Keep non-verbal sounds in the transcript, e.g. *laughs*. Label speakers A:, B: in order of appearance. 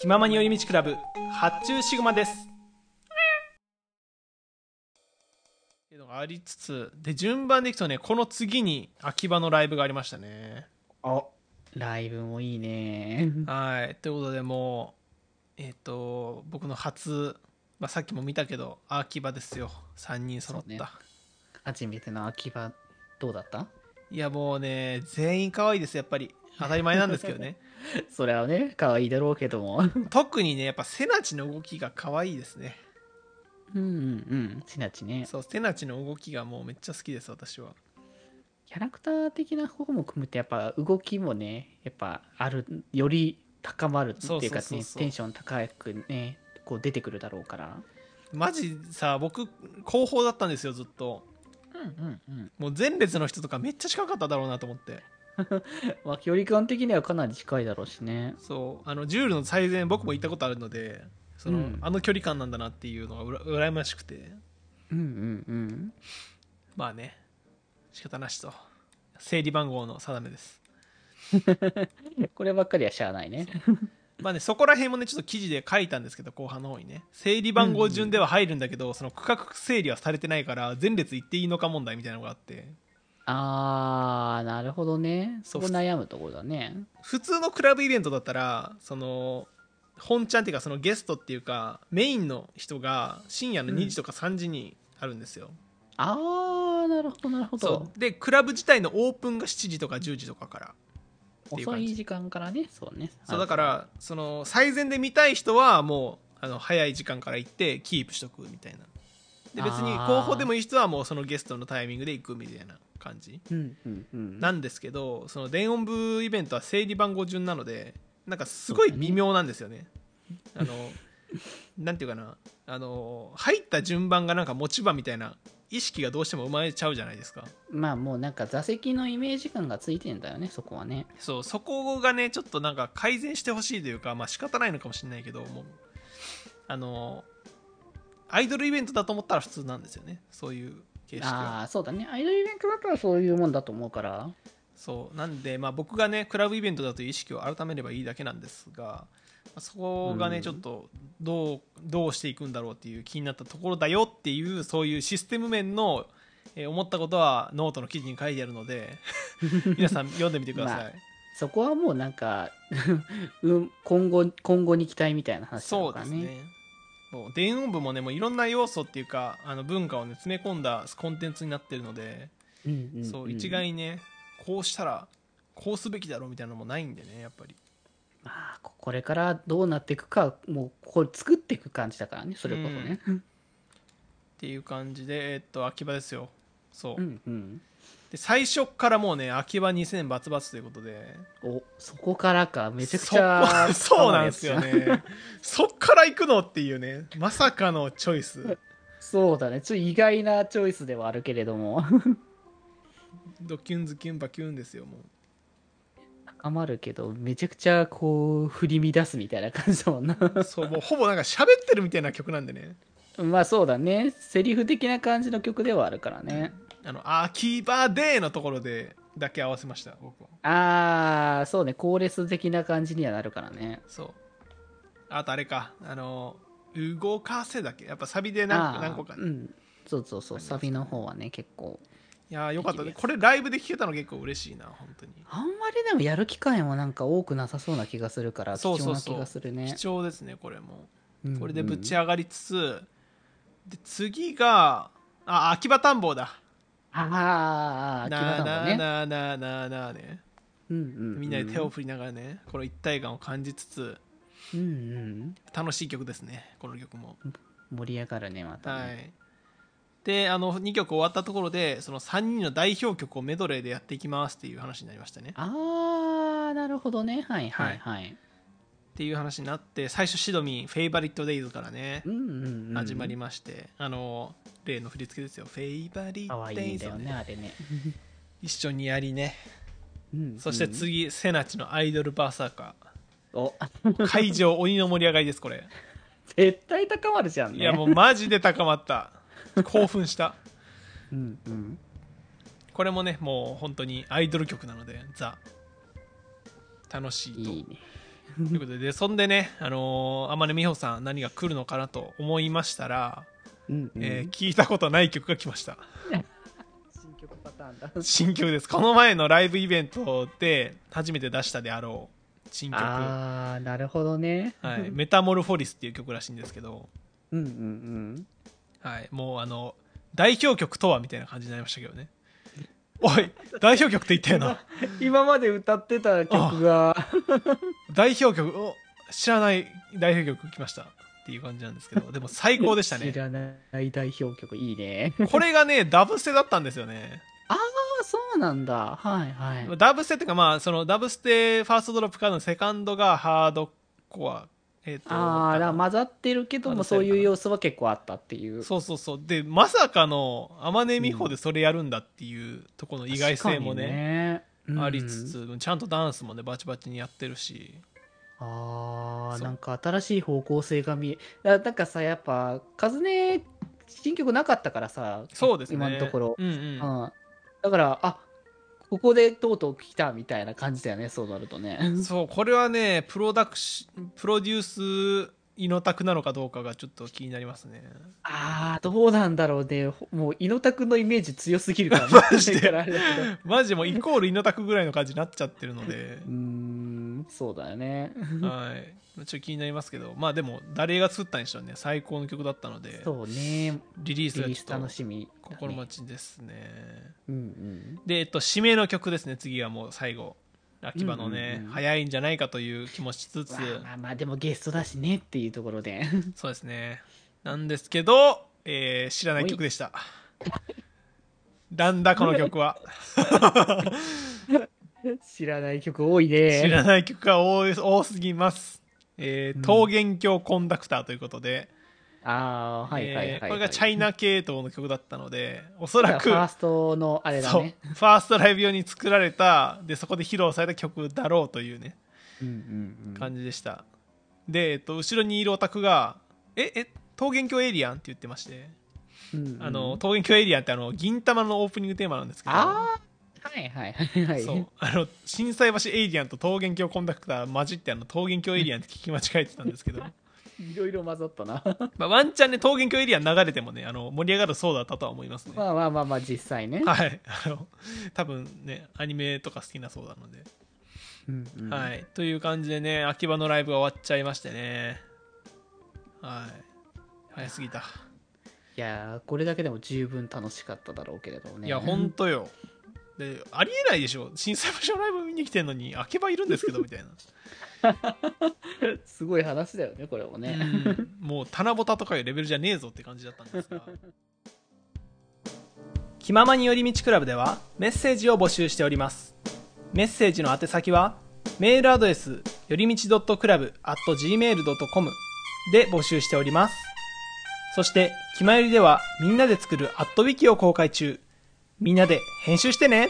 A: 気ままに寄り道クラブ発注シグマですっていうのがありつつで順番でいくとねこの次に秋葉のライブがありましたね
B: おライブもいいね
A: はいということでもうえっ、と僕の初、まあ、さっきも見たけど秋葉ですよ3人揃った、
B: そうね初めての秋葉どうだった
A: いやもうね全員可愛いですやっぱ
B: *laughs*
A: り当たり前なんですけどね
B: それはね可愛いだろうけども
A: 特にねやっぱセナチの動きが可愛いですね
B: うんうんうんちなちね
A: そうセナチの動きがもうめっちゃ好きです私は
B: キャラクター的な方も組むってやっぱ動きもねやっぱあるより高まるっていうかね
A: そうそうそうそう
B: テンション高くねこう出てくるだろうから
A: マジさ僕後方だったんですよずっと
B: うんうんうん
A: もう前列の人とかめっちゃ近かっただろうなと思って
B: まあ距離感的にはかなり近いだろうしね
A: そうあのジュールの最前僕も行ったことあるのでその、
B: うん
A: あの距離感なんだなっていうのがうら羨ましくて
B: うんうんうん
A: まあね仕方なしと整理番号の定めです
B: こればっかりはしゃあないね
A: まあねそこら辺もねちょっと記事で書いたんですけど後半の方にね整理番号順では入るんだけど、その区画整理はされてないから前列行っていいのか問題みたいなのがあって
B: あーなるほどね
A: そ
B: そうこ悩むところだね
A: 普通のクラブイベントだったらその本ちゃんっていうかそのゲストっていうかメインの人が深夜の2時とか3時にあるんですよ、
B: あーなるほどなるほど
A: そうでクラブ自体のオープンが7時とか10時とかからっていう
B: 遅
A: 感じ
B: い時間からねそうね
A: そうだからその最前で見たい人はもうあの早い時間から行ってキープしとくみたいなで別に
B: あー
A: 後方でもいい人はもうそのゲストのタイミングで行くみたいな感じ
B: うんうんうん
A: なんですけどその電音部イベントは整理番号順なのでなんかすごい微妙なんですよね。あのなんていうかなあの入った順番がなんか持ち場みたいな意識がどうしても生まれちゃうじゃないですか
B: まあもうなんか座席のイメージ感がついてんだよねそこはね
A: そうそこがねちょっとなんか改善してほしいというかまあ仕方ないのかもしれないけどもうあのアイドルイベントだと思ったら普通なんですよねそういう形式は
B: ああーそうだねアイドルイベントだったらそういうもんだと思うから
A: そうなんで、まあ、僕がねクラブイベントだという意識を改めればいいだけなんですがまあそこがね、
B: うん
A: ちょっとどうどうしていくんだろうっていう気になったところだよっていうそういうシステム面の、えー思ったことはノートの記事に書いてあるので皆さん読んでみてください、
B: そこはもうなんか *laughs* うん今後今後に期待みたいな話だ
A: そう
B: か
A: で
B: ら
A: す
B: ね
A: ねもう電音部もねもういろんな要素っていうかあの文化を、ね、詰め込んだコンテンツになってるので、
B: うんうんん
A: そう一概にねこうしたらこうすべきだろうみたいなのもないんでねやっぱり
B: まあここれからどうなっていくかもうこれ作っていく感じだからねそれこそね
A: っていう感じで、えっと、秋葉ですよ。そう。
B: うんうん
A: で、最初からもうね、秋葉2000バツバツということで。
B: おそこからかめちゃくちゃ
A: そそうなんですよね。そっから行くのっていうね、まさかのチョイス。
B: そうだねちょっと意外なチョイスではあるけれども *laughs*
A: ドキュンズキュンバキュンですよ、もう。
B: 高まるけどめちゃくちゃこう振り乱すみたいな感じだもんな *laughs*
A: そう、もうほぼなんか喋ってるみたいな曲なんでね。
B: まあそうだねセリフ的な感じの曲ではあるからね
A: あの、秋葉でのところでだけ合わせました、僕は。
B: ああそうねコーレス的な感じにはなるからね
A: そう。あとあれか、あの、動かせだっけやっぱサビで何
B: あー
A: 個何個か。
B: う
A: い
B: んそうそうそうサビの方はね結構
A: やーよかったね。これライブで聴けたの結構嬉しいな、本当に。
B: あんまりでもやる機会もなんか多くなさそうな気がするから貴
A: そうそ
B: 重
A: う
B: な
A: そう
B: 気がするね
A: 貴重ですねこれも
B: うんうん
A: これでぶち上がりつつ、で次があ秋葉探訪だ
B: ああ秋葉
A: な
B: だ
A: あ
B: もんね
A: なあなあなあなあね
B: うんうんうん
A: みんなで手を振りながらねこの一体感を感じつつ
B: うんうん
A: 楽しい曲ですねこの曲も
B: 盛り上がるねまたね
A: はいであの2曲終わったところでその3人の代表曲をメドレーでやっていきますっていう話になりましたね
B: ああなるほどねはいはいはい、
A: っていう話になって最初シドミン「フェイバリット・デイズ」からね
B: うんうんうん
A: 始まりまして、あの例の振り付けですよ「フェイバリ
B: かわ
A: ット・
B: い
A: デ
B: い
A: イ
B: んだ
A: ズ」
B: よねあれね、
A: 一緒にやりね
B: うん
A: そして
B: うん
A: 次、セナチのアイドルバーサーカ
B: お
A: ー会場鬼の盛り上がりですこれ
B: 絶対高まるじゃんね
A: いやもうマジで高まった興奮した
B: うんうん
A: これもねもう本当にアイドル曲なのでザ楽しいと
B: いいね
A: ということで、そんでね、あのー、天音美穂さん何が来るのかなと思いましたら、
B: うんうん
A: えー聞いたことない曲が来ました。
B: 新曲パターンだ。
A: 新曲です。この前のライブイベントで初めて出したであろう新曲。は
B: ああ、なるほどね。
A: い、メタモルフォリスっていう曲らしいんですけど、
B: うんうん
A: はい、もうあの、代表曲とはみたいな感じになりましたけどね。おい、代表曲って言ったよな。
B: うん。 *laughs* 今まで歌ってた曲が、
A: 代表曲を知らない代表曲来ましたっていう感じなんですけどでも最高でした
B: 知
A: ね
B: らない代表曲いいね。
A: *laughs* これがねダブステだったんですよね
B: ああ、そうなんだ。はいはい。
A: ダブステっていうかまあそのダブステファーストドロップからのセカンドがハードコアえっ、と
B: ああ、だから混ざってるけども、そういう様子は結構あったっていう。
A: そうそうそうでまさかの天音美穂でそれやるんだっていうところの意外性も
B: 確かに
A: ね
B: うん
A: ありつつちゃんとダンスもねバチバチにやってるし
B: ああ
A: そう
B: なんか新しい方向性が見えだなんかさやっぱカズネ新曲なかったからさ
A: そうですね
B: 今のところ、
A: うんう
B: うんんだからあここでとうとう来たみたいな感じだよねそうなるとね
A: そうこれはねプロダクシプロデュースイノタクなのかどうかがちょっと気になります
B: *laughs*
A: ね
B: ああどうなんだろうねほもう猪田君のイメージ強すぎるから
A: マジで
B: だからあれだけど
A: マジもうイコールイノタクぐらいの感じになっちゃってるので
B: *laughs* うーんそうだよね
A: はいちょっと気になりますけどまあでも誰が作ったにしろね最高の曲だったので
B: そうね
A: リリース
B: リ
A: が
B: リー
A: ち
B: ス
A: ょっ
B: 楽
A: と
B: しみだね
A: 心待ちですね
B: うんうん
A: でえっと指名の曲ですね次はもう最後秋葉のね、
B: うんうんうん
A: 早いんじゃないかという気もしつつ
B: まあまあまあでもゲストだしねっていうところで
A: そうですねなんですけど、えー知らない曲でしたなんだこの曲は
B: *laughs* 知らない曲多いね
A: 知らない曲が多い多すぎます、えー桃源郷コンダクターということで、
B: ああ、はいはいはい、は
A: え
B: い
A: ーこれがチャイナ系統の曲だったのでおそらく
B: ファーストのあれだ
A: そう
B: ね。
A: ファーストライブ用に作られたでそこで披露された曲だろうというね
B: うんうんうん。
A: 感じでした、で、えっと、後ろにいるオタクが「ええ桃源郷エイリアン」って言ってまして、
B: うんうん
A: あの、桃源郷エイリアンってあの銀魂のオープニングテーマなんですけど
B: ああ、はいはいはいはい。
A: そうあの震災橋エイリアンと桃源郷コンダクター混じってあの桃源郷エイリアンって聞き間違えてたんですけ
B: *laughs*
A: ど
B: いろいろ混ざったな。
A: まあ、ワンチャンね、桃源郷エリア流れてもね、あの盛り上がるそうだったとは思いますね。
B: まあまあまあまあ、実際ね。
A: はい。あの、多分ね、アニメとか好きなそうなので。
B: うんうん
A: はい。という感じでね、秋葉のライブが終わっちゃいましてね。はい。早すぎた。
B: いやー、これだけでも十分楽しかっただろうけれどもね。
A: いや、ほんとよ。で、ありえないでしょ。震災場所ライブ見に来てんのに、秋葉いるんですけど、みたいな。
B: *laughs* すごい話だよね、これもね。
A: うんもう棚ぼたとかいうレベルじゃねえぞって感じだったんですが *laughs* 気ままに寄り道クラブではメッセージを募集しておりますメッセージの宛先はメールアドレスよりみち .club.gmail.com で募集しておりますそして「気まより」ではみんなで作る「アットウィキを公開中みんなで編集してね